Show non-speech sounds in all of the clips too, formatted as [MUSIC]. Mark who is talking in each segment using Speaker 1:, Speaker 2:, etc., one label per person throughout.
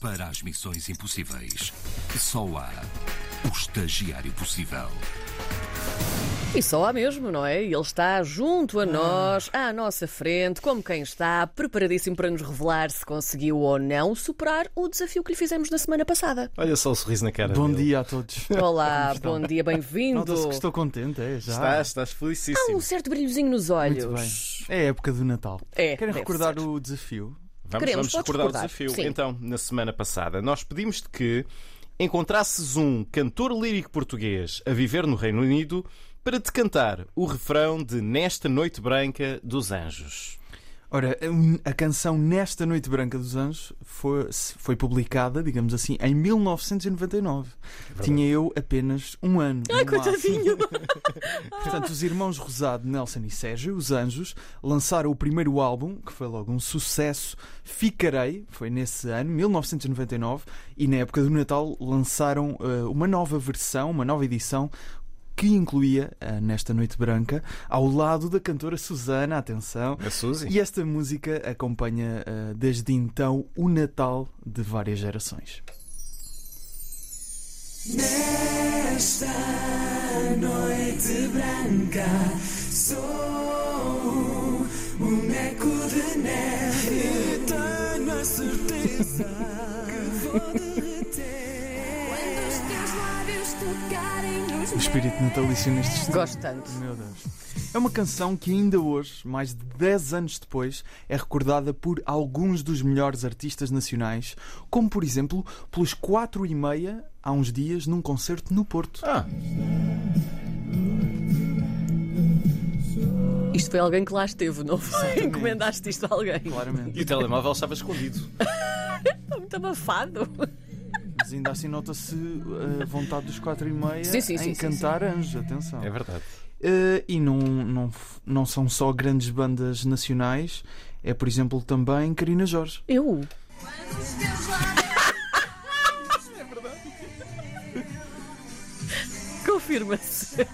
Speaker 1: Para as missões impossíveis, só há o estagiário possível.
Speaker 2: E só há mesmo, não é? E Ele está junto
Speaker 3: Ah.
Speaker 2: a nós, à nossa frente, como quem está, preparadíssimo para nos revelar se conseguiu ou não superar o desafio que lhe fizemos na semana passada.
Speaker 4: Olha só o sorriso na cara.
Speaker 3: Bom
Speaker 4: dele.
Speaker 3: dia a todos.
Speaker 2: Olá, bom dia, bem-vindo.
Speaker 3: Nota-se que estou contente, é já.
Speaker 4: Estás, estás
Speaker 2: Há um
Speaker 4: felicíssimo.
Speaker 2: certo brilhozinho nos
Speaker 3: Muito bem.
Speaker 2: olhos.
Speaker 3: É a época do Natal.
Speaker 2: É,
Speaker 3: Querem
Speaker 2: deve
Speaker 3: recordar
Speaker 2: ser.
Speaker 3: o desafio?
Speaker 4: Vamos,
Speaker 2: Queremos,
Speaker 4: vamos
Speaker 2: podes
Speaker 4: recordar o
Speaker 2: recordar.
Speaker 4: desafio.
Speaker 2: Sim.
Speaker 4: Então, na semana passada, nós pedimos-te que encontrasses um cantor lírico português a viver no Reino Unido para te cantar o refrão de Nesta Noite Branca dos Anjos.
Speaker 3: Ora, a a canção Nesta Noite Branca dos Anjos foi, foi publicada, digamos assim, em 1999. Tinha eu apenas um ano.
Speaker 2: Ai,
Speaker 3: no máximo.
Speaker 2: coitadinho.
Speaker 3: Portanto, os irmãos Rosado, Nelson e Sérgio, os Anjos, lançaram o primeiro álbum, que foi logo um sucesso, Ficarei, foi nesse ano, 1999, e na época do Natal lançaram eh, uma nova versão, uma nova edição, que incluía, eh, nesta noite branca, ao lado da cantora Susana, atenção.
Speaker 4: A Suzy?
Speaker 3: E esta música acompanha eh, desde então o Natal de várias gerações.
Speaker 5: Quando os teus lábios tocarem nos
Speaker 3: O espírito natalício neste estilo.
Speaker 2: Gosto tanto.
Speaker 3: Meu Deus. É uma canção que ainda hoje, mais de 10 anos depois, é recordada por alguns dos melhores artistas nacionais, como por exemplo, pelos 4 e meia, há uns dias, num concerto no Porto.
Speaker 4: Ah,
Speaker 2: Isto foi alguém que lá esteve, não foi? Encomendaste isto a alguém.
Speaker 3: Claramente.
Speaker 4: e o telemóvel estava escondido.
Speaker 2: Está muito abafado.
Speaker 3: Mas ainda assim nota-se eh, a vontade dos 4 e meia
Speaker 2: Sim, sim,
Speaker 3: em
Speaker 2: sim, sim,
Speaker 3: cantar anjos, atenção.
Speaker 4: É verdade.
Speaker 3: Eh, e não, não, f- não são só grandes bandas nacionais, é por exemplo também Karina Jorge.
Speaker 2: Eu?
Speaker 5: Os teus lábios
Speaker 2: [LAUGHS] Confirma-se.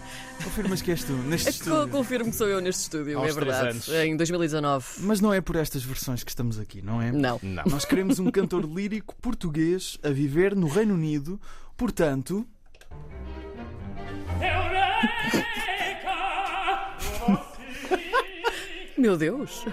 Speaker 3: Confirmas que és tu, neste
Speaker 2: Co-
Speaker 3: estúdio.
Speaker 2: Confirmo que sou É eu neste estúdio,
Speaker 4: Aos
Speaker 2: é verdade.
Speaker 4: três anos.
Speaker 2: Em 2019.
Speaker 3: Mas não é por estas versões que estamos aqui, não é?
Speaker 2: Não.
Speaker 4: Não.
Speaker 3: Nós queremos um cantor lírico português a viver no Reino Unido, portanto.
Speaker 6: Eureka!
Speaker 2: Meu Deus.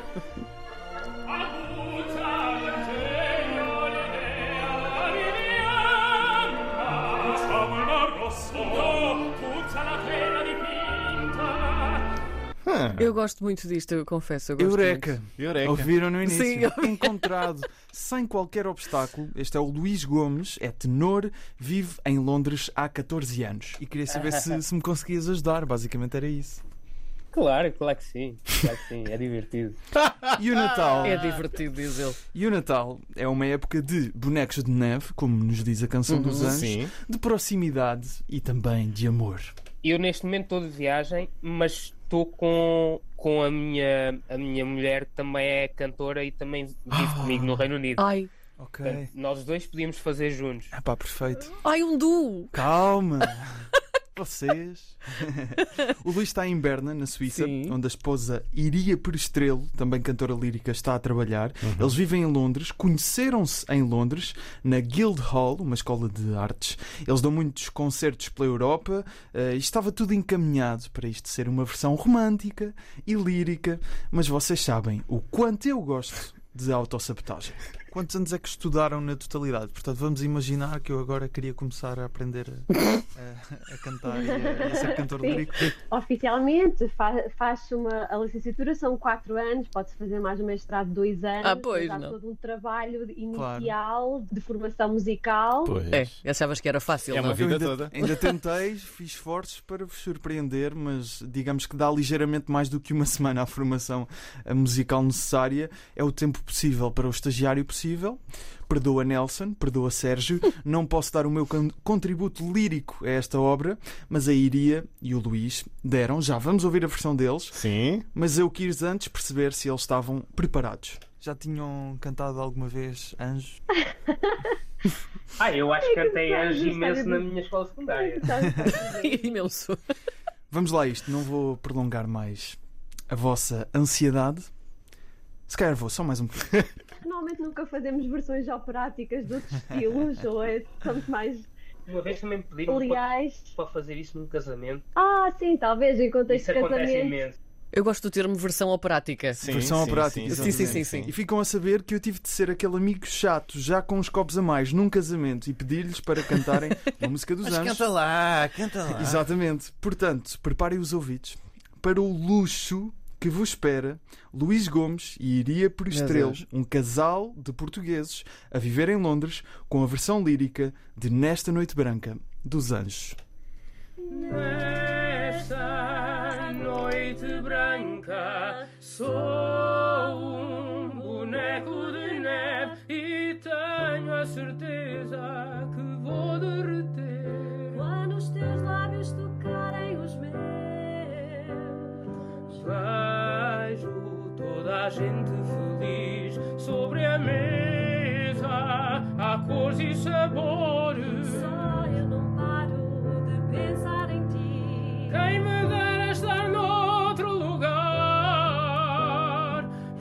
Speaker 2: Eu gosto muito disto, eu confesso. Eu gosto
Speaker 3: Eureka!
Speaker 4: Eureka.
Speaker 3: Ouviram no início?
Speaker 2: Sim,
Speaker 3: Encontrado sem qualquer obstáculo, este é o Luís Gomes, é tenor, vive em Londres há 14 anos. E queria saber se, se me conseguias ajudar, basicamente era isso.
Speaker 7: Claro, claro que sim. Claro que sim, é divertido.
Speaker 3: E o Natal?
Speaker 2: Muito. [LAUGHS] É divertido, diz ele.
Speaker 3: E o Natal é uma época de bonecos de neve, como nos diz a canção dos anjos,
Speaker 4: Sim.
Speaker 3: de proximidade e também de amor.
Speaker 7: Eu neste momento estou de viagem, mas estou com, com a, minha, a minha mulher, que também é cantora e também vive comigo no Reino Unido.
Speaker 2: Ai,
Speaker 3: Ok.
Speaker 7: Portanto, nós dois podíamos fazer juntos.
Speaker 3: Ah, pá, perfeito.
Speaker 2: ai um duo.
Speaker 3: Calma! [LAUGHS] Vocês. [LAUGHS] o Luís está em Berna, na Suíça,
Speaker 2: Sim.
Speaker 3: onde a esposa Iria Perestrelo, também cantora lírica, está a trabalhar. Eles vivem em Londres, conheceram-se em Londres, na Guildhall, uma escola de artes. Eles dão muitos concertos pela Europa eh, e estava tudo encaminhado para isto ser uma versão romântica e lírica. Mas vocês sabem o quanto eu gosto de autossabotagem.
Speaker 8: Quantos anos é que estudaram na totalidade? Portanto, vamos imaginar que eu agora queria começar a aprender a, a- a cantar e a, e a ser cantor
Speaker 9: Sim.
Speaker 8: lírico.
Speaker 9: Oficialmente, fa- faz-se uma a licenciatura, são quatro anos, pode-se fazer mais um mestrado de dois anos.
Speaker 2: Ah, pois,
Speaker 9: mas há
Speaker 2: não.
Speaker 9: todo um trabalho de- inicial de formação musical. [LAUGHS]
Speaker 4: Pois.
Speaker 2: É, achavas que era fácil,
Speaker 4: É
Speaker 2: não
Speaker 4: uma vida toda.
Speaker 3: Ainda tentei, fiz esforços para vos surpreender, mas digamos que dá ligeiramente mais do que uma semana à formação eh, musical necessária. É o tempo possível para o estagiário possível. Perdoa Nelson, perdoa Sérgio. Não posso dar o meu con- contributo lírico a esta obra, mas a Iria e o Luís deram. Já vamos ouvir a versão deles,
Speaker 4: Sim.
Speaker 3: mas eu quis antes perceber se eles estavam preparados.
Speaker 8: Já tinham cantado alguma vez Anjos?
Speaker 7: Ah, eu acho que cantei anjo
Speaker 9: sabe,
Speaker 7: imenso
Speaker 9: sabe.
Speaker 7: na minha escola secundária.
Speaker 9: Então,
Speaker 2: é? [LAUGHS] Imenso.
Speaker 3: Vamos lá, a isto. Não vou prolongar mais a vossa ansiedade. Se calhar vou, só mais um bocadinho.
Speaker 9: Normalmente normalmente nunca fazemos versões operáticas de outros estilos, ou é, somos mais
Speaker 7: Uma vez também pediram para,
Speaker 9: leais.
Speaker 7: para fazer isso num casamento.
Speaker 9: Ah, sim, talvez em contexto
Speaker 7: Isso
Speaker 9: de
Speaker 7: acontece
Speaker 9: casamento.
Speaker 7: imenso.
Speaker 2: Eu gosto do termo versão operática.
Speaker 3: Versão operática,
Speaker 2: Sim, sim, sim,
Speaker 3: E ficam a saber que eu tive de ser aquele amigo chato, já com os copos a mais, num casamento e pedir-lhes
Speaker 2: [LAUGHS]
Speaker 3: para cantarem uma música dos
Speaker 4: Mas
Speaker 3: anos.
Speaker 4: canta lá, canta
Speaker 2: Ah.
Speaker 4: lá.
Speaker 3: Exatamente. Portanto, preparem os ouvidos para o luxo que vos espera Luís Gomes e Iria por Estrelas, um casal de portugueses a viver em Londres com a versão lírica de Nesta Noite Branca dos Anjos.
Speaker 7: Nesta noite
Speaker 9: Ah,
Speaker 7: branca sou um boneco de neve e tenho a certeza que vou derreter.
Speaker 5: Quando os teus lábios tocarem os meus.
Speaker 7: Vejo toda a gente feliz sobre a mesa, há cores e sabores.
Speaker 5: Só eu não paro de pensar em ti.
Speaker 7: Quem me dera estar noutro lugar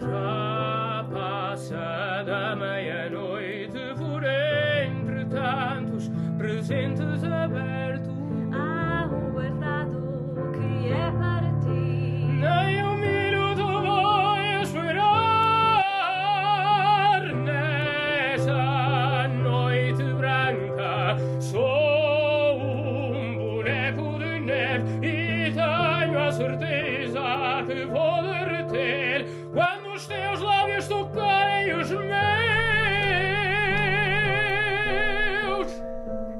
Speaker 7: Já passa da meia-noite Por entre tantos presentes abertos
Speaker 5: Há um guardado que é para ti.
Speaker 7: Nem um minuto vou esperar Nessa noite branca Sou um boneco de neve E tenho a certeza que vou derreter Quando os teus lábios tocarem os meus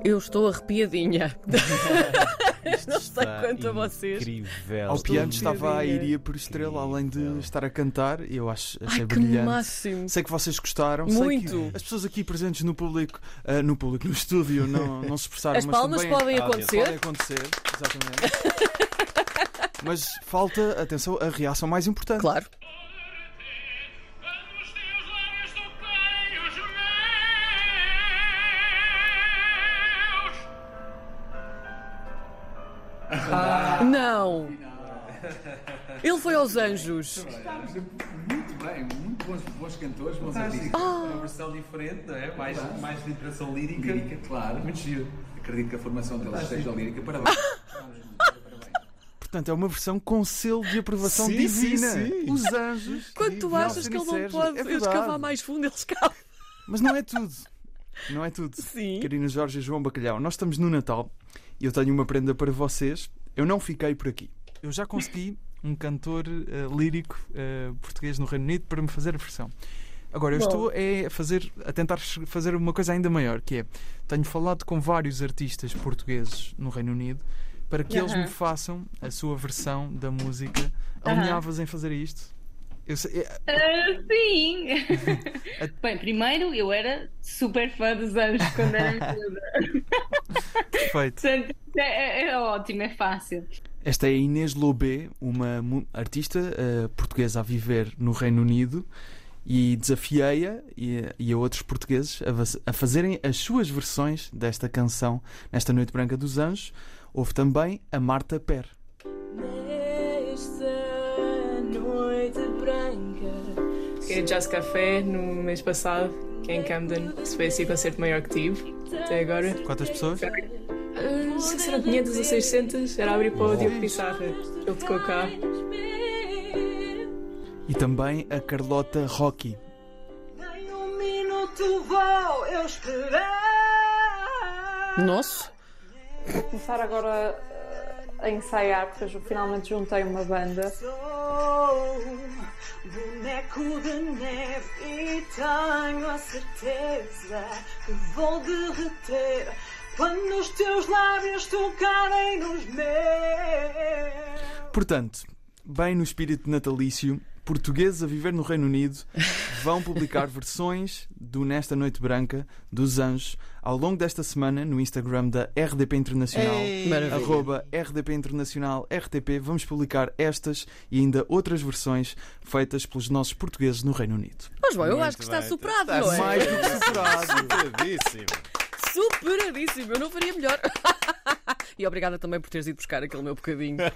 Speaker 2: Eu estou arrepiadinha.
Speaker 3: É
Speaker 2: Não sei
Speaker 4: Está
Speaker 2: quanto a vocês.
Speaker 4: Incrível.
Speaker 3: Ao piano estava a
Speaker 2: bocadinho.
Speaker 3: Iria por Estrela, além de
Speaker 4: Incrível.
Speaker 3: estar a cantar, eu acho
Speaker 2: [LAUGHS]
Speaker 3: achei
Speaker 2: Ai, que
Speaker 3: brilhante.
Speaker 2: máximo.
Speaker 3: Sei que vocês gostaram. Sei
Speaker 2: Muito.
Speaker 3: que as pessoas aqui presentes no público, ah, no público, no estúdio, não,
Speaker 2: [LAUGHS]
Speaker 3: não se expressaram.
Speaker 2: As
Speaker 3: mas
Speaker 2: palmas
Speaker 3: também-
Speaker 2: podem
Speaker 4: Ah,
Speaker 2: acontecer.
Speaker 3: Pode acontecer, exatamente. [LAUGHS] Mas falta, atenção, a reação mais importante.
Speaker 2: Claro.
Speaker 7: Quando os teus lábios tocarem os meus
Speaker 2: Não. Ele foi aos anjos.
Speaker 6: Muito bem, muito bons, bons cantores, bons artistas. Uma versão diferente, não é? Mais, mais de interação lírica. claro. Muito giro. Acredito que a formação deles seja lírica. Parabéns.
Speaker 3: Portanto, é uma versão com selo de aprovação
Speaker 4: Sim,
Speaker 3: divina.
Speaker 4: sim, sim.
Speaker 3: Os anjos.
Speaker 2: Quando tu
Speaker 3: Nossa,
Speaker 2: achas que ele não
Speaker 3: Sérgio,
Speaker 2: pode
Speaker 3: é
Speaker 2: eu
Speaker 3: verdade.
Speaker 2: escavar mais fundo, ele escava.
Speaker 3: Mas não é tudo. Não é tudo.
Speaker 2: Sim.
Speaker 3: Carina Jorge e João Bacalhau, nós estamos no Natal e eu tenho uma prenda para vocês. Eu não fiquei por aqui.
Speaker 8: Eu já consegui um cantor eh, lírico eh, português no Reino Unido para me fazer a versão. Agora, eu
Speaker 9: Bom.
Speaker 8: estou é, a, fazer, a tentar che- fazer uma coisa ainda maior, que é, tenho falado com vários artistas portugueses no Reino Unido para que eles me
Speaker 9: Aham.
Speaker 8: façam a sua versão da música.
Speaker 10: Aham.
Speaker 8: Alinhavas em fazer isto? Eu sei- é-
Speaker 10: Ah,
Speaker 8: [LAUGHS]
Speaker 10: sim! Bem, primeiro eu era super fã dos anjos quando era miúda.
Speaker 8: perfeito.
Speaker 10: Portanto, é, é- é ótimo, é fácil.
Speaker 3: Esta é a Inês Lobé, uma mu- artista eh, portuguesa a viver no Reino Unido e desafiei-a e, e a outros portugueses a, vas- a fazerem as suas versões desta canção nesta Noite Branca dos Anjos. Houve também a Marta Per.
Speaker 11: Nesta noite branca.
Speaker 12: Toquei Jazz Café no mês passado, que é em Camden. Esse foi assim o concerto maior que tive até agora.
Speaker 8: Quantas pessoas?
Speaker 12: Ah, não sei se eram 500 ou 600, era abrir para o Diogo Pissarra. "Ah, Ele tocou cá.
Speaker 3: E também a Carlota Rocky.
Speaker 5: Nem um minuto vou eu esperar.
Speaker 2: Nosso?
Speaker 11: Começar agora eh, a ensaiar, porque eu ju- finalmente juntei uma banda.
Speaker 5: Sou um boneco de neve e tenho a certeza que vou derreter quando os teus lábios tocarem nos meus.
Speaker 3: Portanto, bem no espírito natalício, portugueses a viver no Reino Unido
Speaker 2: [LAUGHS]
Speaker 3: vão publicar versões do Nesta Noite Branca dos Anjos ao longo desta semana no Instagram da RDP Internacional.
Speaker 2: Maravilha.
Speaker 3: Arroba RDP Internacional RTP, vamos publicar estas e ainda outras versões feitas pelos nossos portugueses no Reino Unido.
Speaker 2: Mas bom, eu
Speaker 4: Muito
Speaker 2: acho que está
Speaker 4: bem. então
Speaker 2: superado,
Speaker 4: Está
Speaker 2: não é? [LAUGHS]
Speaker 3: mais do que superado.
Speaker 4: Superadíssimo.
Speaker 2: Superadíssimo, eu não faria melhor. [LAUGHS] E obrigada também por teres ido buscar aquele meu
Speaker 3: [LAUGHS]
Speaker 2: bocadinho.
Speaker 3: Não,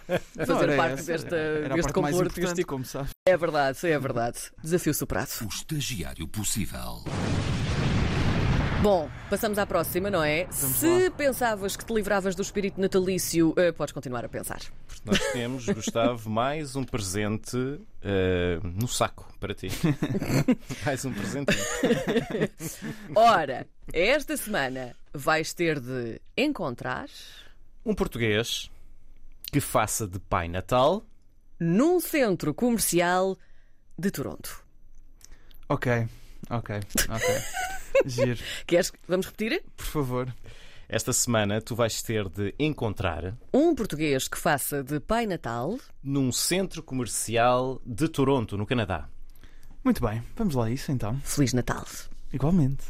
Speaker 2: Fazer
Speaker 3: era
Speaker 2: parte
Speaker 3: essa,
Speaker 2: desta,
Speaker 3: era a
Speaker 2: deste
Speaker 3: parte mais
Speaker 2: conforto.
Speaker 3: importante,
Speaker 2: deste-
Speaker 3: como sabes.
Speaker 2: É verdade, é verdade. Desafio superado.
Speaker 1: O estagiário possível.
Speaker 2: Bom, passamos à próxima, não é? Se pensavas que te livravas do espírito natalício, eh, podes continuar a pensar.
Speaker 4: Nós temos, Gustavo, mais um presente eh, no saco para ti. mais um presente.
Speaker 2: Ora, esta semana vais ter de encontrar
Speaker 4: Um português que faça de Pai Natal.
Speaker 2: num centro comercial de Toronto.
Speaker 3: Ok, ok,
Speaker 2: [LAUGHS]
Speaker 3: ok. Giro.
Speaker 2: Queres, vamos repetir?
Speaker 4: Por favor. Esta semana tu vais ter de encontrar
Speaker 2: Um português que faça de Pai Natal.
Speaker 4: num centro comercial de Toronto, no Canadá.
Speaker 3: Muito bem, vamos lá a isso então.
Speaker 2: Feliz Natal.
Speaker 3: Igualmente.